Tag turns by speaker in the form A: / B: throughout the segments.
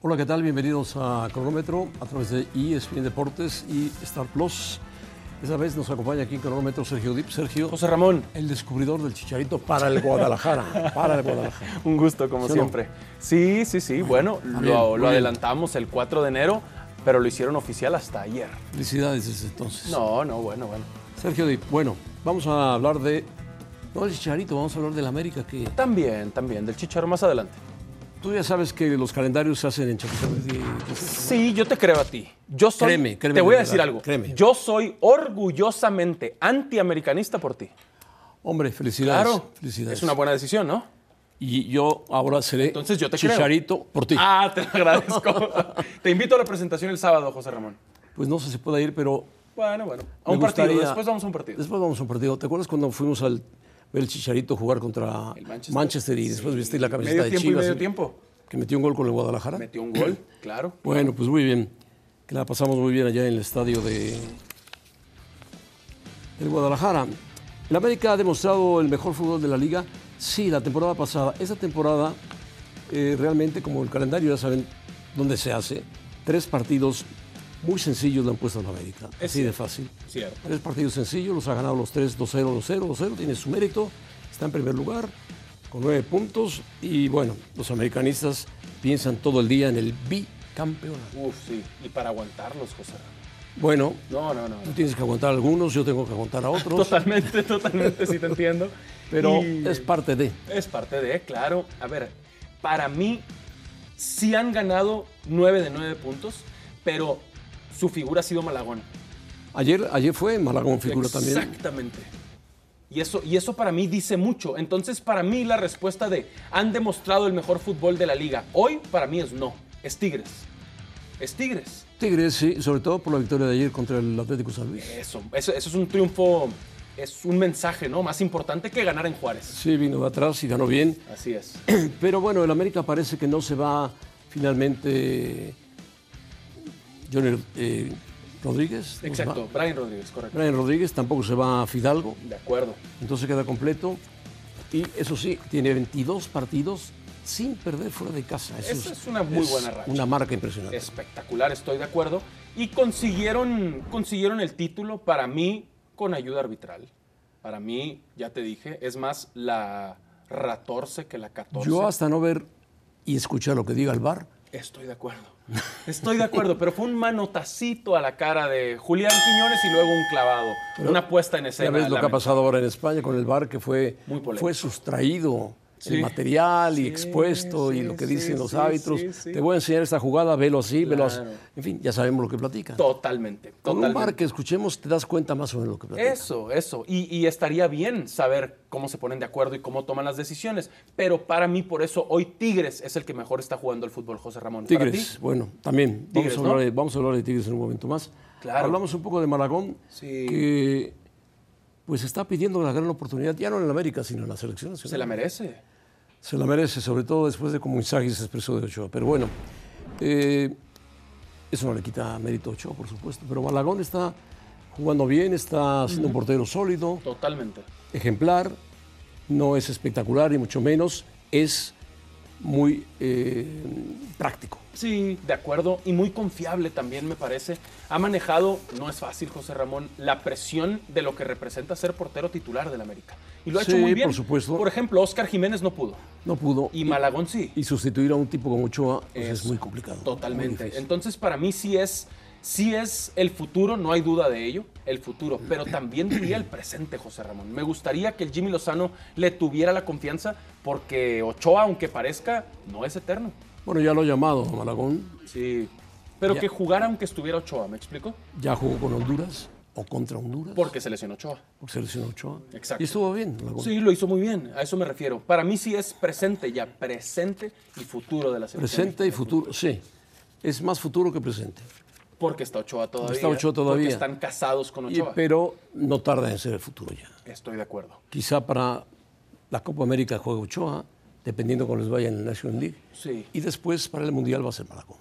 A: Hola, ¿qué tal? Bienvenidos a Cronómetro a través de E ESPN Deportes y Star Plus. Esta vez nos acompaña aquí en Cronómetro Sergio Dip. Sergio.
B: José Ramón.
A: El descubridor del chicharito para el Guadalajara. Para el Guadalajara.
B: Un gusto, como
A: ¿Sí o no?
B: siempre. Sí, sí, sí. Bueno,
A: Muy bien,
B: lo,
A: muy
B: lo
A: bien.
B: adelantamos el 4 de enero, pero lo hicieron oficial hasta ayer.
A: Felicidades desde entonces.
B: No, no, bueno, bueno.
A: Sergio Dip, bueno, vamos a hablar de. No del chicharito, vamos a hablar del América. Que
B: También, también, del Chicharo más adelante.
A: tú ya sabes que los calendarios se hacen en Chapultepec.
B: Sí, yo te creo a ti. Yo soy,
A: Créeme, créeme,
B: te voy a
A: de
B: decir
A: verdad,
B: algo.
A: créeme.
B: Yo soy orgullosamente antiamericanista por ti.
A: Hombre, felicidades.
B: Claro,
A: Felicidades.
B: es una buena decisión, ¿no?
A: Y yo ahora seré
B: Entonces yo te creo.
A: chicharito por ti.
B: Ah, te lo agradezco. te invito a la presentación el sábado, José Ramón.
A: Pues no sé si pueda ir, pero
B: Bueno, bueno. A
A: Me
B: un partido,
A: gustaría-
B: después vamos a un partido.
A: Después vamos a un partido. ¿Te acuerdas cuando fuimos al ver el Chicharito jugar contra
B: El
A: Manchester,
B: Manchester.
A: y después viste la camiseta
B: Medio
A: de
B: tiempo y
A: Chivas?
B: medio
A: ¿eh?
B: tiempo.
A: Que metió un gol con el Guadalajara.
B: Metió un gol, claro.
A: Bueno, pues muy bien. Que la pasamos muy bien allá en el estadio de del Guadalajara. El América ha demostrado el mejor fútbol de la liga. Sí, la temporada pasada. Esta temporada, eh, realmente, como el calendario ya saben dónde se hace, tres partidos muy sencillos le han puesto a la América. Así de fácil.
B: Cierto.
A: Tres partidos sencillos, los ha ganado los tres 2-0, 2-0, 2-0, tiene su mérito, está en primer lugar con nueve puntos y bueno, los americanistas piensan todo el día en el bicampeonato.
B: Uf, sí. Y para aguantarlos, José.
A: Bueno,
B: No, no, no.
A: tú tienes que aguantar a algunos, yo tengo que aguantar a otros,
B: Totalmente, totalmente, sí te entiendo.
A: pero
B: Y
A: es parte de...
B: es parte de, claro. A ver, para mí sí han ganado 9 de 9 puntos, pero su figura ha sido Malagón.
A: Ayer, ayer fue Malagón figura también.
B: Exactamente. Y eso, y eso para mí dice mucho. Entonces, para mí la respuesta de han demostrado el mejor fútbol de la liga. Hoy, para mí es no. Es Tigres. Es Tigres.
A: Tigres, sí, sobre todo por la victoria de ayer contra el Atlético San Luis.
B: Eso, eso, eso es un triunfo, es un mensaje, ¿no? Más importante que ganar en Juárez.
A: Sí, vino de atrás y ganó bien.
B: Así es.
A: Pero bueno, el América parece que no se va finalmente. Johnny eh, Rodríguez. ¿no se va?
B: Exacto, Brian Rodríguez, correcto.
A: Brian Rodríguez tampoco se va a Fidalgo,
B: De acuerdo.
A: entonces queda completo. Y eso sí, tiene 22 partidos sin perder fuera de casa. Eso
B: Esa es una muy buena racha.
A: Una marca impresionante.
B: Espectacular, estoy de acuerdo. Y consiguieron, consiguieron el título para mí con ayuda arbitral. Para mí, ya te dije, es más la 14 que la 14.
A: Yo hasta no ver y escuchar lo que diga el bar,
B: Estoy de acuerdo. Estoy de acuerdo, pero fue un manotacito a la cara de Julián Quiñones y luego un clavado. una puesta en
A: ya
B: escena.
A: ves lo que ha
B: lamentable.
A: pasado ahora en España con el bar que fue,
B: Muy polémico.
A: fue sustraído. El
B: Sí.
A: material y expuesto y
B: sí,
A: lo que
B: sí,
A: dicen los
B: sí,
A: árbitros.
B: sí, sí.
A: Te voy a enseñar esta jugada, velo así, velo así.
B: Claro.
A: En fin, ya sabemos lo que platican.
B: Totalmente.
A: Con un
B: totalmente.
A: bar que escuchemos te das cuenta más o menos lo que platican.
B: Eso, eso. Y, y estaría bien saber cómo se ponen de acuerdo y cómo toman las decisiones. Pero para mí, por eso, hoy Tigres es el que mejor está jugando el fútbol, José Ramón. ¿Para
A: Tigres,
B: ti?
A: bueno, también. vamos,
B: Tigres,
A: a hablar
B: ¿no?
A: de, vamos a hablar de Tigres en un momento más.
B: Claro.
A: Hablamos un poco de Malagón,
B: Sí.
A: que pues está pidiendo la gran oportunidad, ya no en el América, sino en la selección nacional.
B: Se la merece.
A: Se la merece, sobre todo después de cómo Inzaghi se expresó de Ochoa. Pero bueno, eh, eso no le quita mérito a Ochoa, por supuesto. Pero Malagón está jugando bien, está siendo un portero sólido,
B: Totalmente.
A: ejemplar. No es espectacular, ni mucho menos. Es muy eh, práctico.
B: Sí, de acuerdo. Y muy confiable también, me parece. Ha manejado, no es fácil, José Ramón, la presión de lo que representa ser portero titular del América. Y lo ha hecho
A: Sí,
B: muy bien.
A: por supuesto.
B: Por ejemplo, Oscar Jiménez no pudo.
A: No pudo.
B: Y Malagón sí.
A: Y sustituir a un tipo como Ochoa pues, es
B: Eso,
A: muy complicado.
B: Totalmente.
A: muy difícil.
B: Entonces, para mí sí es, sí es el futuro, no hay duda de ello, el futuro, pero también diría el presente, José Ramón. Me gustaría que el Jimmy Lozano le tuviera la confianza porque Ochoa, aunque parezca, no es eterno.
A: Bueno, ya lo ha llamado a Malagón.
B: Sí, Pero
A: Ya.
B: que jugara aunque estuviera Ochoa, ¿me explico?
A: Ya jugó con Honduras o contra Honduras.
B: Porque se lesionó Ochoa.
A: Porque se lesionó Ochoa.
B: Exacto.
A: Y estuvo bien. la gol-
B: Sí, lo hizo muy bien, a eso me refiero. Para mí sí es presente ya, presente y futuro de la selección.
A: Presente y futuro. Sí. Es más futuro que presente.
B: Porque está Ochoa todavía.
A: Está Ochoa todavía.
B: Porque están casados con
A: Y-
B: Ochoa.
A: pero no tarda en ser el futuro ya.
B: Estoy de acuerdo.
A: Quizá para la Copa América juegue Ochoa, dependiendo cómo les vaya en el National League.
B: Sí.
A: Y después para el Mundial va a ser Malagón.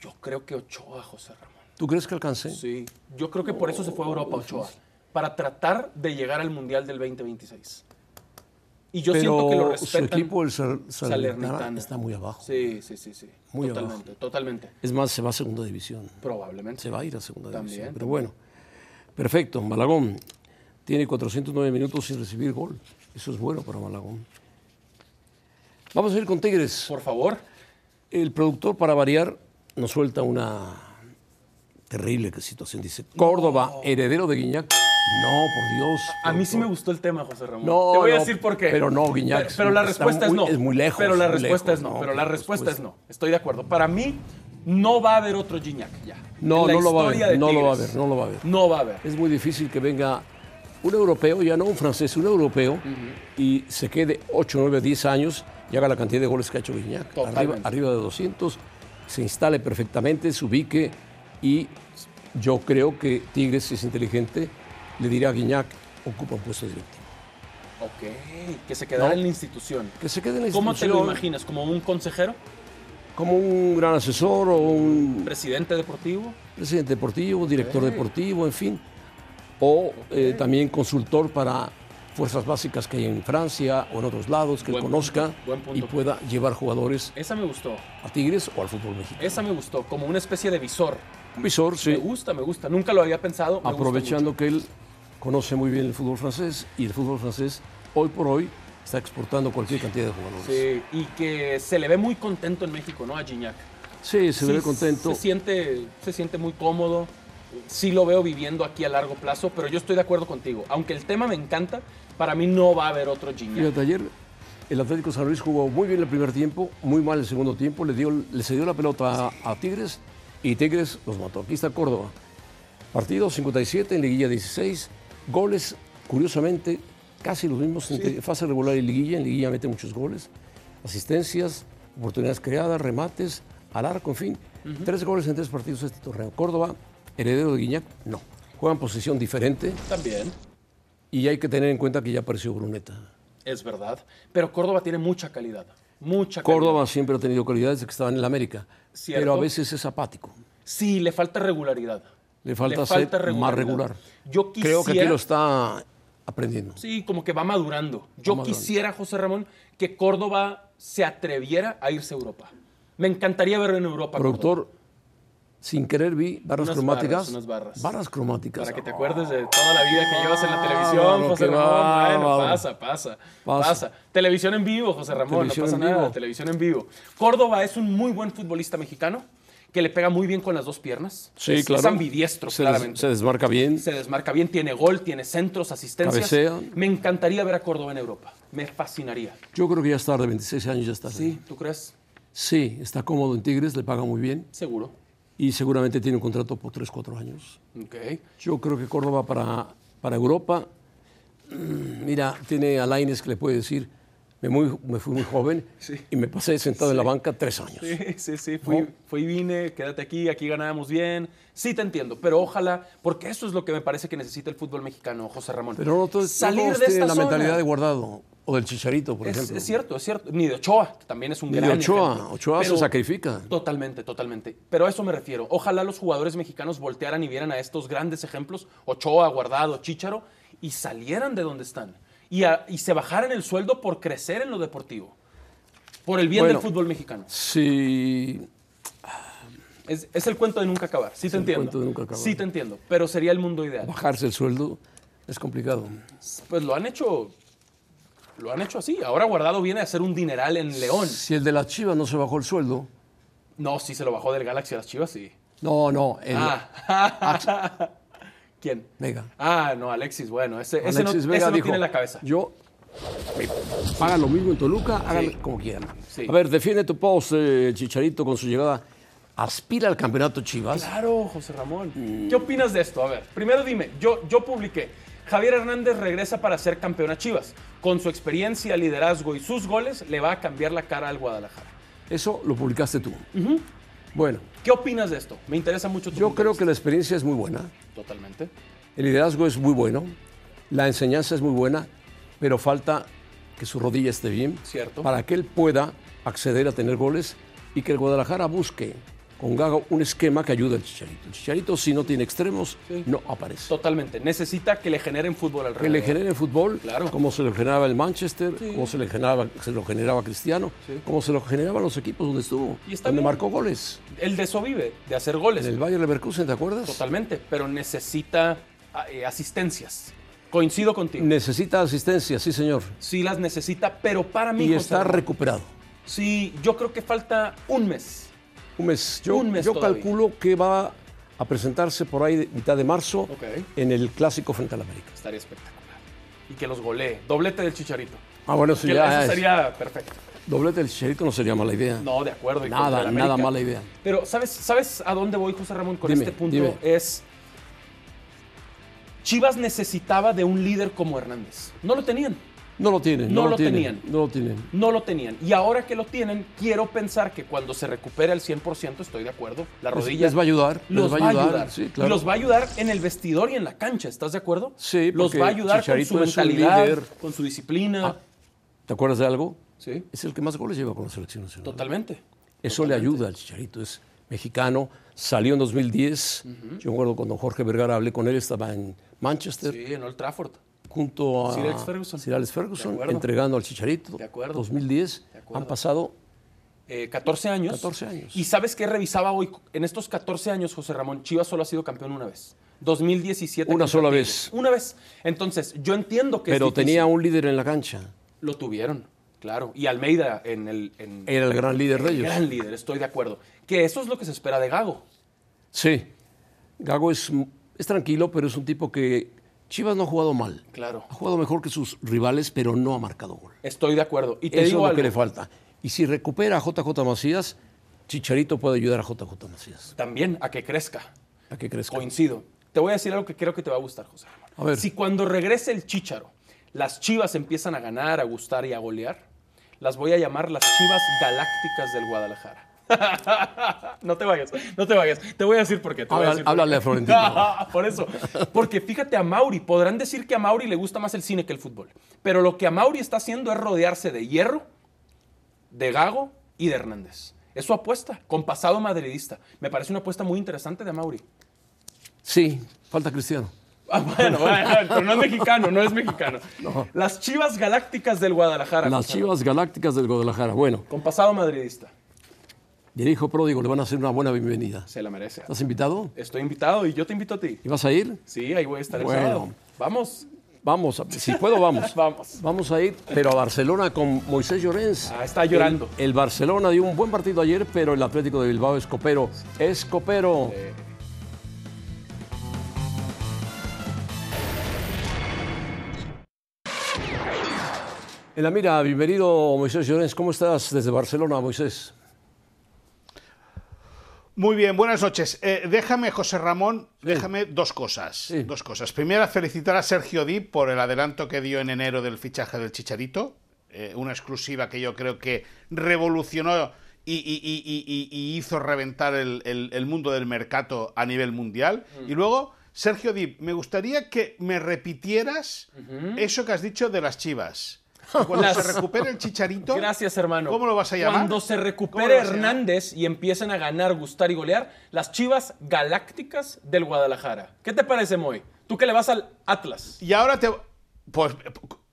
B: Yo creo que Ochoa, José Ramón.
A: ¿Tú crees que alcance?
B: Sí. Yo creo que por eso se fue a Europa Ochoa. Para tratar de llegar al Mundial del 2026. Y yo siento que lo
A: Pero su
B: respetan.
A: equipo, el Sal- Salernitana,
B: Salernitana.
A: está muy abajo.
B: Sí, sí, sí, sí.
A: Muy abajo.
B: totalmente, totalmente.
A: Es más, se va a segunda división.
B: Probablemente.
A: Se va a ir a segunda
B: También,
A: división. Pero
B: también.
A: bueno, perfecto. Malagón tiene 409 minutos sin recibir gol. Eso es bueno para Malagón. Vamos a ir con Tigres.
B: Por favor.
A: El productor, para variar, nos suelta una terrible situación. Dice, Córdoba, heredero de Guiñac. No, por Dios.
B: A mí sí me
A: productor.
B: gustó el tema, José Ramón.
A: No,
B: Te voy a
A: no,
B: decir por qué.
A: pero no, Guiñac,
B: Pero, pero la
A: está
B: respuesta
A: muy-
B: es no.
A: es muy lejos,
B: Pero la
A: muy
B: respuesta
A: lejos,
B: es no.
A: no,
B: pero la
A: por
B: respuesta es
A: supuesto.
B: no. Estoy de acuerdo. Para mí, no va a haber otro Gignac ya.
A: No,
B: En la
A: no lo va a
B: historia
A: haber,
B: de
A: no lo va a
B: Tigres.
A: haber, no lo va a haber.
B: No va a haber.
A: Es muy difícil que venga un europeo, ya no un francés, un europeo, y se quede 8, 9, 10 años y haga la cantidad de goles que ha hecho Guiñac. Arriba,
B: Totalmente.
A: arriba de 200, se instale perfectamente, se ubique y yo creo que Tigres, si es inteligente, le dirá a Guiñac, ocupa un puesto directivo.
B: Ok. Que se quedara
A: No.
B: en la institución.
A: Que se quede en la
B: ¿Cómo te lo
A: institución
B: imaginas? ¿Como un consejero?
A: Como un gran asesor o un
B: ¿Presidente deportivo?
A: presidente deportivo, director deportivo, en fin. O eh, también consultor para fuerzas básicas que hay en Francia o en otros lados, que
B: Buen
A: conozca
B: punto, buen punto.
A: y pueda llevar jugadores
B: Esa me gustó.
A: a Tigres o al fútbol mexicano.
B: Esa me gustó. Como una especie de visor.
A: Un visor, sí,
B: Me gusta, me gusta. Nunca lo había pensado. me gusta
A: aprovechando que él conoce muy bien el fútbol francés y el fútbol francés hoy por hoy está exportando cualquier cantidad de jugadores. Sí,
B: Sí, y que se le ve muy contento en México, ¿no? A Gignac.
A: se ve
B: Sí,
A: contento.
B: Se siente, se siente muy cómodo. Sí lo veo viviendo aquí a largo plazo, pero yo estoy de acuerdo contigo. Aunque el tema me encanta, para mí no va a haber otro Gignac.
A: Fíjate, ayer el Atlético San Luis jugó muy bien el primer tiempo, muy mal el segundo tiempo, le, dio, le cedió la pelota a, a Tigres y Tigres los mató. Aquí está Córdoba. Partido 57 en liguilla 16, goles, curiosamente, casi los mismos entre fase regular y liguilla, en liguilla mete muchos goles, asistencias, oportunidades creadas, remates, al arco, en fin. Tres goles en tres partidos este torneo. Córdoba, heredero de Guiñac, no. Juegan posición diferente
B: También,
A: y hay que tener en cuenta que ya apareció Bruneta.
B: es verdad. Pero Córdoba tiene mucha calidad. Mucha calidad.
A: Córdoba siempre ha tenido calidad desde que estaba en el América,
B: Cierto.
A: pero a veces es apático.
B: Sí, le falta regularidad.
A: Le falta ser más regular.
B: Yo quisiera...
A: Creo que aquí lo está aprendiendo.
B: Sí, como que va madurando. Yo
A: madurando.
B: quisiera, José Ramón, que Córdoba se atreviera a irse a Europa. Me encantaría verlo en Europa. Córdoba.
A: Productor, sin querer vi barras
B: Unas
A: cromáticas.
B: barras, unas barras.
A: cromáticas.
B: Para que te acuerdes de toda la vida que
A: Ah,
B: llevas en la televisión,
A: bárbaro,
B: José
A: qué
B: Ramón. Bueno,
A: bárbaro.
B: pasa, pasa,
A: Pasa.
B: pasa, Televisión en vivo, José Ramón,
A: Televisión
B: no
A: en
B: pasa nada.
A: vivo.
B: Televisión en vivo. Córdoba es un muy buen futbolista mexicano que le pega muy bien con las dos piernas.
A: Sí,
B: es,
A: claro.
B: Es ambidiestro,
A: se des-
B: claramente.
A: se desmarca bien.
B: se desmarca bien, tiene gol, tiene centros, asistencias.
A: Cabecea.
B: Me encantaría ver a Córdoba en Europa. Me fascinaría.
A: Yo creo que ya es tarde, 26 años ya está.
B: Sí, ¿tú crees?
A: Sí, está cómodo en Tigres, le paga muy bien
B: Seguro.
A: y seguramente tiene un contrato por 3, 4 años.
B: Ok.
A: Yo creo que Córdoba para, para Europa, mm, mira, tiene a Laines que le puede decir, me, muy- me fui muy joven y me pasé sentado en la banca tres años.
B: Sí, sí, sí. Fui, fui y vine, quédate aquí, aquí ganábamos bien. Sí, te entiendo, pero ojalá, porque eso es lo que me parece que necesita el fútbol mexicano, José Ramón.
A: Pero no todos, no
B: salir
A: todos
B: de esta
A: tienen la
B: zona.
A: mentalidad de guardado o del chicharito, por
B: es,
A: ejemplo.
B: es cierto, es cierto. Ni de Ochoa, que también es un
A: Ni de
B: gran
A: Ochoa.
B: ejemplo.
A: Ochoa se sacrifica.
B: Totalmente, totalmente. Pero a eso me refiero. Ojalá los jugadores mexicanos voltearan y vieran a estos grandes ejemplos, Ochoa, Guardado, Chícharo, y salieran de donde están. Y, a- y se bajaran el sueldo por crecer en lo deportivo. Por el bien
A: Bueno.
B: del fútbol mexicano.
A: Sí,
B: Es, es el cuento de nunca acabar. Sí te
A: el
B: entiendo.
A: cuento de nunca acabar.
B: Sí te entiendo. Pero sería el mundo ideal.
A: bajarse el sueldo es complicado.
B: Pues lo han hecho. Lo han hecho así. Ahora Guardado viene a hacer un dineral en León.
A: Si el de las Chivas no se bajó el sueldo,
B: No, sí se lo bajó del Galaxy a las Chivas, sí.
A: no, no, el
B: Ah. ¿Quién?
A: Vega.
B: Ah, no, Alexis, bueno, ese, ese no-
A: Alexis
B: ese no,
A: Vega dijo,
B: tiene la cabeza.
A: Yo me pagan lo mismo en Toluca, hagan como quieran.
B: Sí.
A: A ver, defiende tu post, eh, Chicharito, con su llegada aspira al campeonato Chivas.
B: Claro, José Ramón. ¿Qué opinas de esto? A ver, primero dime, yo, yo publiqué, Javier Hernández regresa para ser campeón a Chivas. Con su experiencia, liderazgo y sus goles, le va a cambiar la cara al Guadalajara.
A: Eso lo publicaste tú. Bueno,
B: ¿Qué opinas de esto? Me interesa mucho tu
A: yo
B: punto
A: creo
B: de
A: que la experiencia es muy buena.
B: vista. Totalmente.
A: El liderazgo es muy bueno, la enseñanza es muy buena, pero falta que su rodilla esté bien
B: Cierto.
A: para que él pueda acceder a tener goles y que el Guadalajara busque con Gago un esquema que ayude al Chicharito. El Chicharito, si no tiene extremos, no aparece.
B: Totalmente. Necesita que le generen fútbol al
A: Que le genere fútbol,
B: Claro.
A: como se lo generaba el Manchester, como se, le generaba, se lo generaba Cristiano, como se lo generaban los equipos donde estuvo,
B: Y está
A: donde
B: bien.
A: marcó goles.
B: Él de eso vive, de hacer goles.
A: En el Bayern Leverkusen, ¿te acuerdas?
B: Totalmente, pero necesita eh, asistencias. Coincido contigo.
A: Necesita asistencia, sí señor.
B: sí las necesita, pero para
A: Y
B: mí... José
A: está
B: Ramón,
A: recuperado.
B: Sí, yo creo que falta un mes.
A: Un mes. Yo,
B: Un mes
A: yo
B: todavía.
A: calculo que va a presentarse por ahí de- mitad de marzo en el clásico frente al América.
B: Estaría espectacular. Y que los golee. Doblete del Chicharito.
A: Ah, bueno, eso
B: Que
A: ya
B: eso
A: es-
B: sería perfecto.
A: Doblete del Chicharito no sería mala idea.
B: No, de acuerdo. y
A: Nada,
B: contra el América.
A: nada mala idea.
B: Pero ¿sabes, ¿sabes a dónde voy, José Ramón, con
A: Dime,
B: este punto?
A: dime.
B: Es... Chivas necesitaba de un líder como Hernández. No lo tenían.
A: No lo tienen.
B: No lo
A: tienen,
B: tenían.
A: No lo tienen.
B: No lo tenían. Y ahora que lo tienen, quiero pensar que cuando se recupere al 100%, estoy de acuerdo, la
A: Les-
B: rodilla...
A: les va a ayudar, les
B: Los
A: va a ayudar, sí, claro.
B: Y los va a ayudar en el vestidor y en la cancha, ¿estás de acuerdo?
A: Sí,
B: Los
A: porque
B: va a ayudar
A: Chicharito
B: con su
A: es un
B: mentalidad,
A: líder.
B: con su disciplina.
A: Ah. ¿Te acuerdas de algo?
B: Sí,
A: Es el que más goles lleva con la selección nacional.
B: totalmente.
A: Eso le ayuda al Chicharito, es mexicano, salió en 2010. Yo me acuerdo cuando Jorge Vergara hablé con él, estaba en Manchester,
B: Sí, en Old Trafford.
A: junto a
B: Sir Alex Ferguson.
A: Sir Alex Ferguson,
B: De acuerdo.
A: entregando al Chicharito.
B: De acuerdo.
A: 2010,
B: De acuerdo.
A: han pasado
B: Eh, 14 años.
A: 14 años.
B: Y sabes qué revisaba hoy. En estos 14 años, José Ramón, Chivas solo ha sido campeón una vez. 2017.
A: Una
B: contra
A: sola vez.
B: Tigres. Una vez. Entonces, yo entiendo que es
A: Pero
B: difícil.
A: tenía un líder en la cancha.
B: Lo tuvieron, claro. Y Almeida en el. en-
A: Era el gran líder de ellos.
B: Gran líder, estoy de acuerdo. Que eso es lo que se espera de Gago.
A: Sí. Gago es, es tranquilo, pero es un tipo que Chivas no ha jugado mal.
B: Claro.
A: Ha jugado mejor que sus rivales, pero no ha marcado gol.
B: Estoy de acuerdo. Y te
A: Eso es
B: digo
A: lo
B: algo.
A: que le falta. Y si recupera a JJ Macías, Chicharito puede ayudar a JJ Macías.
B: También a que crezca.
A: ¿A qué crees?
B: Coincido. Te voy a decir algo que creo que te va a gustar, José Ramón.
A: A ver.
B: Si cuando regrese el Chícharo, las Chivas empiezan a ganar, a gustar y a golear, las voy a llamar las Chivas Galácticas del Guadalajara. no te vayas, no te vayas. Te voy a decir por qué. te voy a
A: Habla-
B: decir por
A: háblale
B: qué.
A: a Florentino.
B: por eso. Porque fíjate a Mauri. Podrán decir que a Mauri le gusta más el cine que el fútbol. Pero lo que a Mauri está haciendo es rodearse de Hierro, de Gago y de Hernández. Es su apuesta, con pasado madridista. Me parece una apuesta muy interesante de Mauri.
A: Sí, falta Cristiano.
B: Ah, bueno, bueno, pero no es mexicano, no es mexicano. Las Chivas Galácticas del Guadalajara.
A: Las
B: José
A: Chivas Galácticas del Guadalajara. Bueno,
B: Ramón, Con pasado madridista.
A: y el hijo pródigo le van a hacer una buena bienvenida.
B: Se la merece.
A: ¿Estás invitado?
B: Estoy invitado y yo te invito a ti.
A: ¿Y vas a ir?
B: Sí, ahí voy a estar el
A: Bueno.
B: sábado. Vamos.
A: Vamos, a- si puedo, vamos.
B: Vamos.
A: Vamos a ir, pero a Barcelona con Moisés Llorens.
B: Ah, está llorando.
A: El, el Barcelona dio un buen partido ayer, pero el Atlético de Bilbao es copero. Es copero. En la mira, bienvenido Moisés Llorens. ¿Cómo estás desde Barcelona, Moisés?
C: Muy bien, buenas noches. Eh, déjame, José Ramón, déjame dos cosas.
A: Sí.
C: Dos cosas. Primera, felicitar a Sergio Di por el adelanto que dio en enero del fichaje del Chicharito. Eh, una exclusiva que yo creo que revolucionó y, y- y- y- y- y hizo reventar el, el- el mundo del mercado a nivel mundial.
B: Mm.
C: Y luego, Sergio Di, me gustaría que me repitieras eso que has dicho de las chivas. Que Cuando
B: Las-
C: se recupere el Chicharito.
B: Gracias, hermano.
C: ¿Cómo lo vas a llamar?
B: Cuando se
C: ¿Cómo lo
B: recupere
C: vas a llamar?
B: Hernández y empiecen a ganar, gustar y golear, las Chivas Galácticas del Guadalajara. ¿Qué te parece, Moy? Tú que le vas al Atlas.
C: Y ahora te. Pues,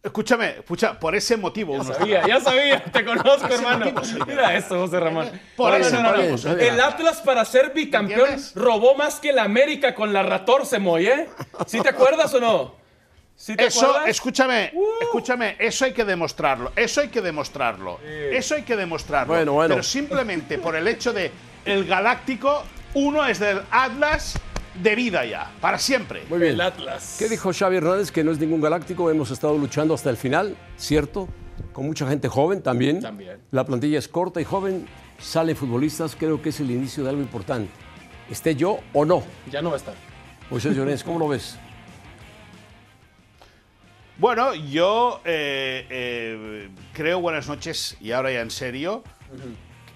C: escúchame, escucha, por ese motivo.
B: Ya
C: uno
B: sabía, ya sabía, te conozco,
C: Ese
B: hermano.
C: motivo soy yo.
B: Mira eso, José Ramón.
C: Por
B: No, no,
C: eso,
B: no, no,
C: por
B: no.
A: eso.
B: El Atlas para ser bicampeón
C: ¿Entiendes?
B: robó más que el América con la 14, Moy, ¿eh? ¿Sí te acuerdas o no? ¿Sí te
C: Eso,
B: acuerdas? Uh.
C: escúchame, escúchame, eso hay que demostrarlo, eso hay que demostrarlo, eso hay que demostrarlo.
A: Bueno, bueno.
C: Pero simplemente por el hecho de el Galáctico, uno es del Atlas de vida ya, para siempre.
A: Muy bien.
B: El Atlas.
A: ¿Qué dijo Xavi Hernández? Que no es ningún galáctico, hemos estado luchando hasta el final, ¿cierto? con mucha gente joven también.
B: También.
A: La plantilla es corta y joven, salen futbolistas, creo que es el inicio de algo importante. Esté yo o no.
B: Ya no va a estar.
A: Moisés Llorens, ¿cómo lo ves?
C: Bueno, yo eh, eh, creo, buenas noches, y ahora ya en serio,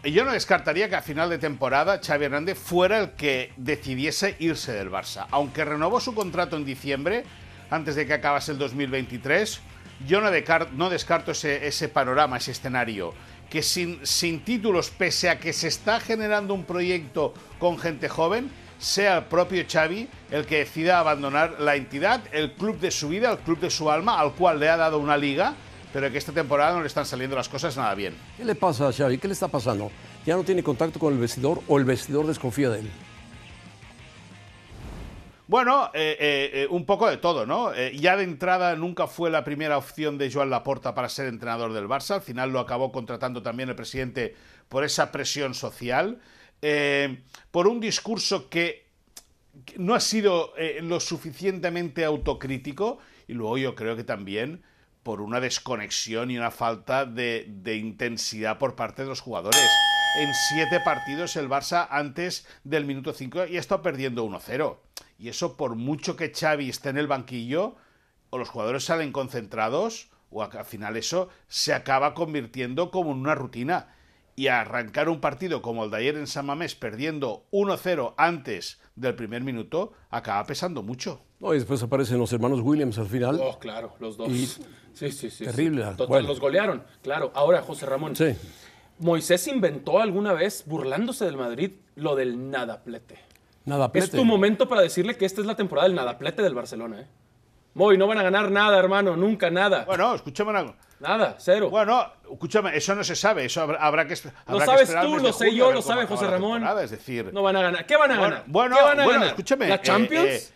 C: yo no descartaría que a final de temporada Xavi Hernández fuera el que decidiese irse del Barça. Aunque renovó su contrato en diciembre, antes de que acabase el 2023, yo no, decar- no descarto ese, ese panorama, ese escenario. Que sin, sin títulos, pese a que se está generando un proyecto con gente joven, sea el propio Xavi el que decida abandonar la entidad, el club de su vida, el club de su alma, al cual le ha dado una liga, pero que esta temporada no le están saliendo las cosas nada bien.
A: ¿Qué le pasa a Xavi? ¿Qué le está pasando? ¿Ya no tiene contacto con el vestidor o el vestidor desconfía de él?
C: Bueno, eh, eh, eh, un poco de todo, ¿no? Eh, ya de entrada nunca fue la primera opción de Joan Laporta para ser entrenador del Barça. Al final lo acabó contratando también el presidente por esa presión social, eh, por un discurso que que no ha sido eh, lo suficientemente autocrítico y luego yo creo que también por una desconexión y una falta de, de intensidad por parte de los jugadores. En siete partidos el Barça antes del minuto 5 y está perdiendo 1-0. Y eso por mucho que Xavi esté en el banquillo, o los jugadores salen concentrados, o ac- al final eso se acaba convirtiendo como en una rutina. Y arrancar un partido como el de ayer en San Mamés, perdiendo 1-0 antes del primer minuto, acaba pesando mucho.
A: No, y después aparecen los hermanos Williams al final.
B: Oh, claro, los dos.
A: Y-
B: sí, sí, sí.
A: Terrible,
B: sí. Total,
A: bueno.
B: los golearon. Claro, ahora José Ramón.
A: Sí.
B: Moisés inventó alguna vez, burlándose del Madrid, lo del nadaplete.
A: Nada,
B: Es
A: Plete.
B: tu momento para decirle que esta es la temporada del nadaplete del Barcelona, ¿eh? Moy, no van a ganar nada, hermano, nunca nada.
C: Bueno, escúchame una-
B: nada, cero.
C: Bueno, escúchame, eso no se sabe, eso habrá, habrá que esper-
B: lo
C: habrá que
B: sabes
C: esperar al
B: tú,
C: mes
B: lo
C: de
B: sé
C: junio a
B: yo,
C: ver
B: lo
C: cómo
B: sabe
C: acaba
B: José
C: la
B: Ramón.
C: temporada, Es decir,
B: No van a ganar. ¿Qué van a
C: Bueno,
B: ganar?
C: bueno,
B: ¿Qué van a
C: bueno,
B: ganar?
C: escúchame. eh,
B: ¿La Champions?
C: eh,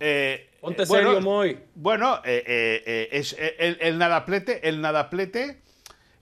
C: eh,
B: Ponte
C: eh, bueno,
B: serio, Moy.
C: Bueno, eh, eh, eh, es, eh, el, el nadaplete, el nadaplete,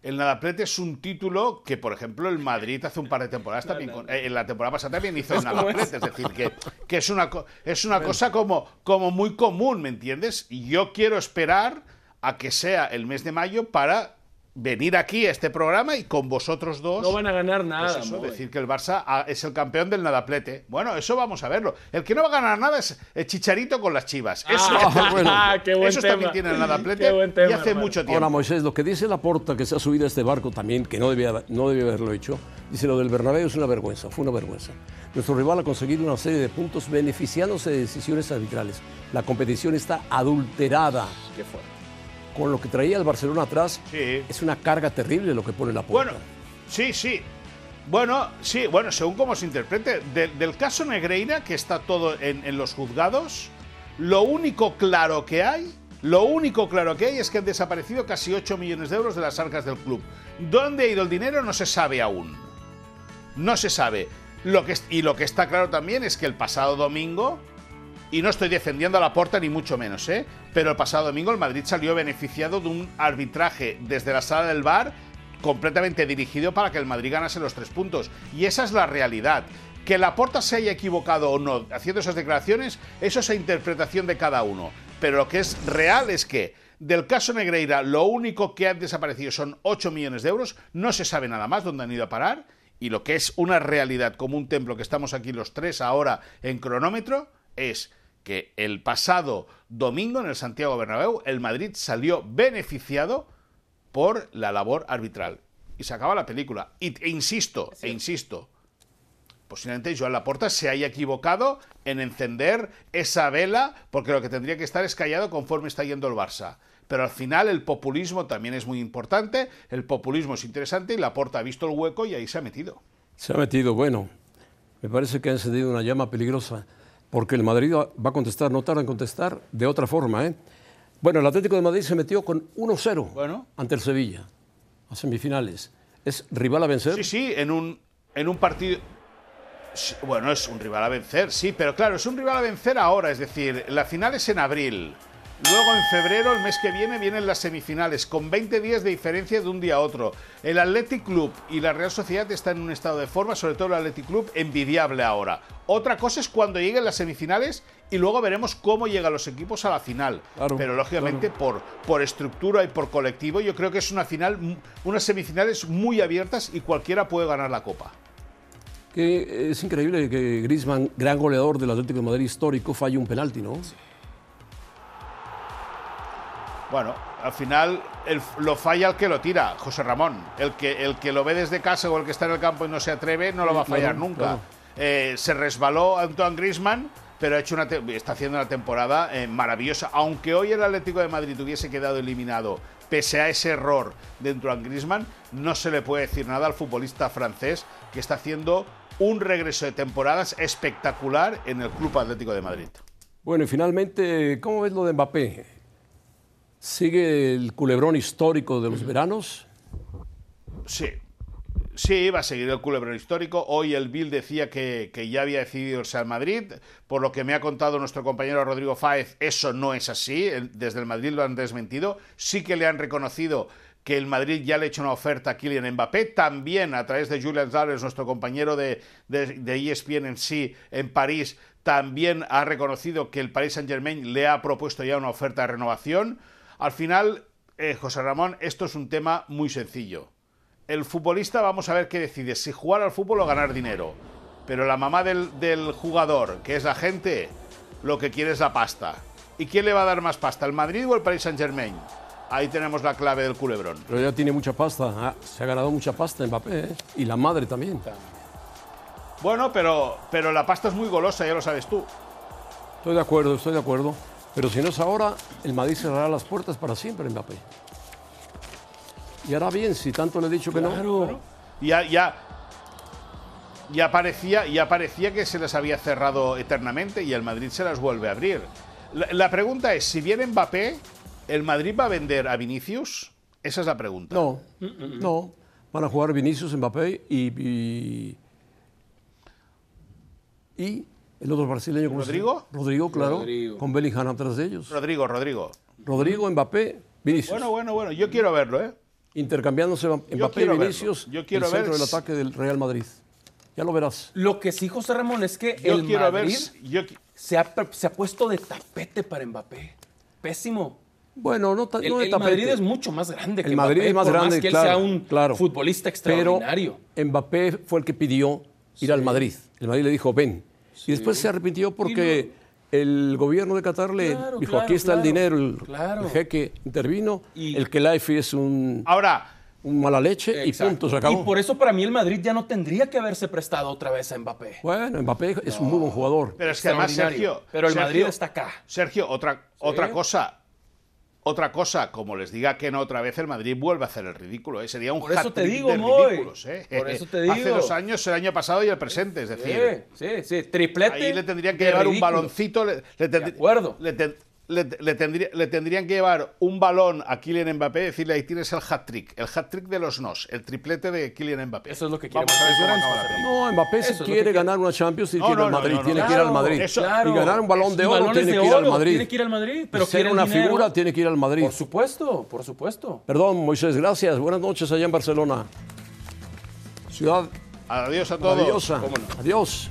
C: el nadaplete es un título que, por ejemplo, el Madrid hace un par de temporadas también, con- eh, en la temporada pasada también hizo el nadaplete, es decir, que, que es una, co- es una cosa como, como muy común, ¿me entiendes? Y yo quiero esperar a que sea el mes de mayo para venir aquí a este programa y con vosotros dos
B: no van a ganar nada.
C: pues eso,
B: Moy.
C: decir que el Barça ah, es el campeón del nadaplete. Bueno, eso vamos a verlo. El que no va a ganar nada es el Chicharito con las Chivas. Eso,
B: Ah, bueno. Ah, qué buen
C: eso
B: tema.
C: también tiene el nadaplete
B: Qué buen tema,
C: y hace
B: hermano.
C: mucho tiempo.
A: Ahora, Moisés, lo que dice Laporta, que se ha subido a este barco también, que no debía, no debía haberlo hecho, dice lo del Bernabéu es una vergüenza, fue una vergüenza. Nuestro rival ha conseguido una serie de puntos beneficiándose de decisiones arbitrales. La competición está adulterada.
B: Qué fuerte.
A: Con lo que traía el Barcelona atrás,
C: Sí.
A: es una carga terrible lo que pone Laporta.
C: Bueno, sí, sí. Bueno, sí, bueno, según cómo se interprete, de- del caso Negreira, que está todo en, en los juzgados, lo único claro que hay, lo único claro que hay es que han desaparecido casi 8 millones de euros de las arcas del club. ¿Dónde ha ido el dinero? No se sabe aún. No se sabe. Lo que, es- y lo que está claro también es que el pasado domingo, y no estoy defendiendo a la porta ni mucho menos, ¿eh? Pero el pasado domingo el Madrid salió beneficiado de un arbitraje desde la sala del bar completamente dirigido para que el Madrid ganase los tres puntos. Y esa es la realidad. Que la porta se haya equivocado o no haciendo esas declaraciones, eso es la interpretación de cada uno. Pero lo que es real es que del caso Negreira lo único que han desaparecido son 8 millones de euros, no se sabe nada más dónde han ido a parar. Y lo que es una realidad como un templo que estamos aquí los tres ahora en cronómetro es que el pasado domingo en el Santiago Bernabéu el Madrid salió beneficiado por la labor arbitral y se acaba la película. Y, e insisto, e insisto, posiblemente Joan Laporta se haya equivocado en encender esa vela porque lo que tendría que estar es callado conforme está yendo el Barça. Pero al final el populismo también es muy importante, el populismo es interesante y Laporta ha visto el hueco y ahí se ha metido.
A: Se ha metido, bueno, me parece que ha encendido una llama peligrosa, porque el Madrid va a contestar, no tarda en contestar, de otra forma. ¿eh? Bueno, el Atlético de Madrid se metió con 1-0
C: Bueno.
A: ante el Sevilla, a semifinales. ¿Es rival a vencer?
C: Sí, sí, en un, en un partido. Sí, Bueno, es un rival a vencer, sí, pero claro, es un rival a vencer ahora, es decir, la final es en abril. Luego en febrero, el mes que viene, vienen las semifinales, con 20 días de diferencia de un día a otro. El Athletic Club y la Real Sociedad están en un estado de forma, sobre todo el Athletic Club, envidiable ahora. Otra cosa es cuando lleguen las semifinales y luego veremos cómo llegan los equipos a la final.
A: Claro,
C: Pero lógicamente por, por estructura y por colectivo, yo creo que es una final, unas semifinales muy abiertas y cualquiera puede ganar la copa.
A: Que es increíble que Griezmann, gran goleador del Atlético de Madrid histórico, falle un penalti, ¿no?
C: Bueno, al final el- lo falla el que lo tira, José Ramón. El que, el que lo ve desde casa o el que está en el campo y no se atreve no lo va a
A: Sí, claro,
C: fallar nunca.
A: claro.
C: Eh, se resbaló Antoine Grisman, pero ha hecho una te- está haciendo una temporada eh, maravillosa. Aunque hoy el Atlético de Madrid hubiese quedado eliminado, pese a ese error de Antoine Grisman, no se le puede decir nada al futbolista francés que está haciendo un regreso de temporadas espectacular en el Club Atlético de Madrid.
A: Bueno, y finalmente, ¿cómo ves lo de Mbappé? ¿Sigue el culebrón histórico de los veranos?
C: Sí. Sí, va a seguir el culebrón histórico. Hoy el Bill decía que, que ya había decidido irse al Madrid. Por lo que me ha contado nuestro compañero Rodrigo Fáez, eso no es así. El- Desde el Madrid lo han desmentido. Sí que le han reconocido que el Madrid ya le ha hecho una oferta a Kylian Mbappé. También a través de Julian Zales, nuestro compañero de, de, de E ESPN en sí, en París, también ha reconocido que el Paris Saint-Germain le ha propuesto ya una oferta de renovación. Al final, eh, José Ramón, esto es un tema muy sencillo. El futbolista vamos a ver qué decide, si jugar al fútbol o ganar dinero. Pero la mamá del, del jugador, que es la gente, lo que quiere es la pasta. ¿Y quién le va a dar más pasta, el Madrid o el Paris Saint Germain? Ahí tenemos la clave del culebrón.
A: Pero ya tiene mucha pasta. ah, se ha ganado mucha pasta Mbappé, ¿eh? Y la madre también.
C: Bueno, pero, pero la pasta es muy golosa, ya lo sabes tú.
A: Estoy de acuerdo, estoy de acuerdo. Pero si no es ahora, el Madrid cerrará las puertas para siempre a Mbappé. Y hará bien, si tanto le he dicho que no.
C: Ya, ya, ya, parecía, ya parecía que se las había cerrado eternamente y el Madrid se las vuelve a abrir. La, la pregunta es, si viene Mbappé, ¿el Madrid va a vender a Vinicius? Esa es la pregunta.
A: No, no. Van a jugar Vinicius, Mbappé y. Y, y el otro brasileño. ¿cómo se llama?
C: ¿Rodrigo?
A: Rodrigo, claro.
B: Rodrigo.
A: Con Bellingham atrás de ellos.
C: Rodrigo, Rodrigo.
A: Rodrigo, Mbappé, Vinicius.
C: Bueno, bueno, bueno, yo quiero verlo, ¿eh?
A: Intercambiándose Mbappé y
C: quiero verlo.
A: Vinicius.
C: Yo quiero
A: el
C: ver
A: centro del
C: si-
A: ataque del Real Madrid. Ya lo verás.
B: Lo que sí, José Ramón, es que
C: Yo
B: el
C: quiero ver...
B: Madrid
C: si- yo qui-
B: se, ha, se ha puesto de tapete para Mbappé. Pésimo.
A: Bueno, no, ta-
B: El,
A: no de
B: el
A: tapete.
B: Madrid es mucho más grande que
A: El Madrid
B: Mbappé,
A: es más
B: por
A: grande,
B: que él
A: claro,
B: sea un
A: claro.
B: futbolista
A: Pero
B: extraordinario.
A: Mbappé fue el que pidió ir al Madrid. El Madrid le dijo, ven. Y después se arrepintió porque el gobierno de Qatar le
B: Claro,
A: dijo,
B: claro,
A: aquí está el
B: claro,
A: dinero. El,
B: claro.
A: el jeque intervino,
B: Y-
A: el que Laifi es un,
C: Ahora,
A: un mala leche y
B: Exacto.
A: punto, se acabó.
B: Y por eso para mí el Madrid ya no tendría que haberse prestado otra vez a Mbappé.
A: Bueno, Mbappé es un muy buen jugador.
C: Pero es que además,
B: Extraordinario.
C: Sergio.
B: Pero el
C: Sergio,
B: Madrid está acá.
C: Sergio, otra, otra cosa. Otra cosa, como les diga que no otra vez, el Madrid vuelve a hacer el ridículo. ¿eh? Sería un
B: Por eso
C: hat-trick
B: te digo,
C: de
B: Moy.
C: ridículos. ¿eh?
B: Por eso te
C: Hace
B: digo.
C: dos años, el año pasado y el presente. Es decir,
B: Sí, sí, sí. Triplete.
C: ahí le tendrían que
B: de
C: llevar un
B: ridículo.
C: baloncito. Le, le tendrí-
B: acuerdo.
C: Le, ten- le- le tendría- le tendrían que llevar un balón a Kylian Mbappé y decirle, ahí tienes el hat-trick. El hat-trick de los nos. El triplete de Kylian Mbappé.
B: Eso es lo que
C: Vamos
B: queremos
C: a ver
B: que
C: cómo
B: lloren,
C: acaba la
B: José
C: película.
A: No, Mbappé
B: Eso es
A: si
B: lo
A: quiere
B: que-
A: ganar una Champions tiene
C: No,
A: que ir
C: no,
A: al
C: no,
A: Madrid.
C: no,
A: Tiene
C: no,
A: que ir al
C: claro,
A: Madrid.
C: eso-
A: Y ganar un balón de
B: Y
A: oro
B: balones
A: tiene
B: de
A: que ir al
B: oro,
A: Madrid.
B: Tiene que ir al Madrid, pero
A: Y ser
B: quiere el
A: una
B: dinero.
A: figura tiene que ir al Madrid.
B: Por supuesto, por supuesto.
A: Perdón, Moisés, gracias. Buenas noches allá en Barcelona. Ciudad
C: Adiós a todos.
A: maravillosa.
B: cómo no.
A: Adiós.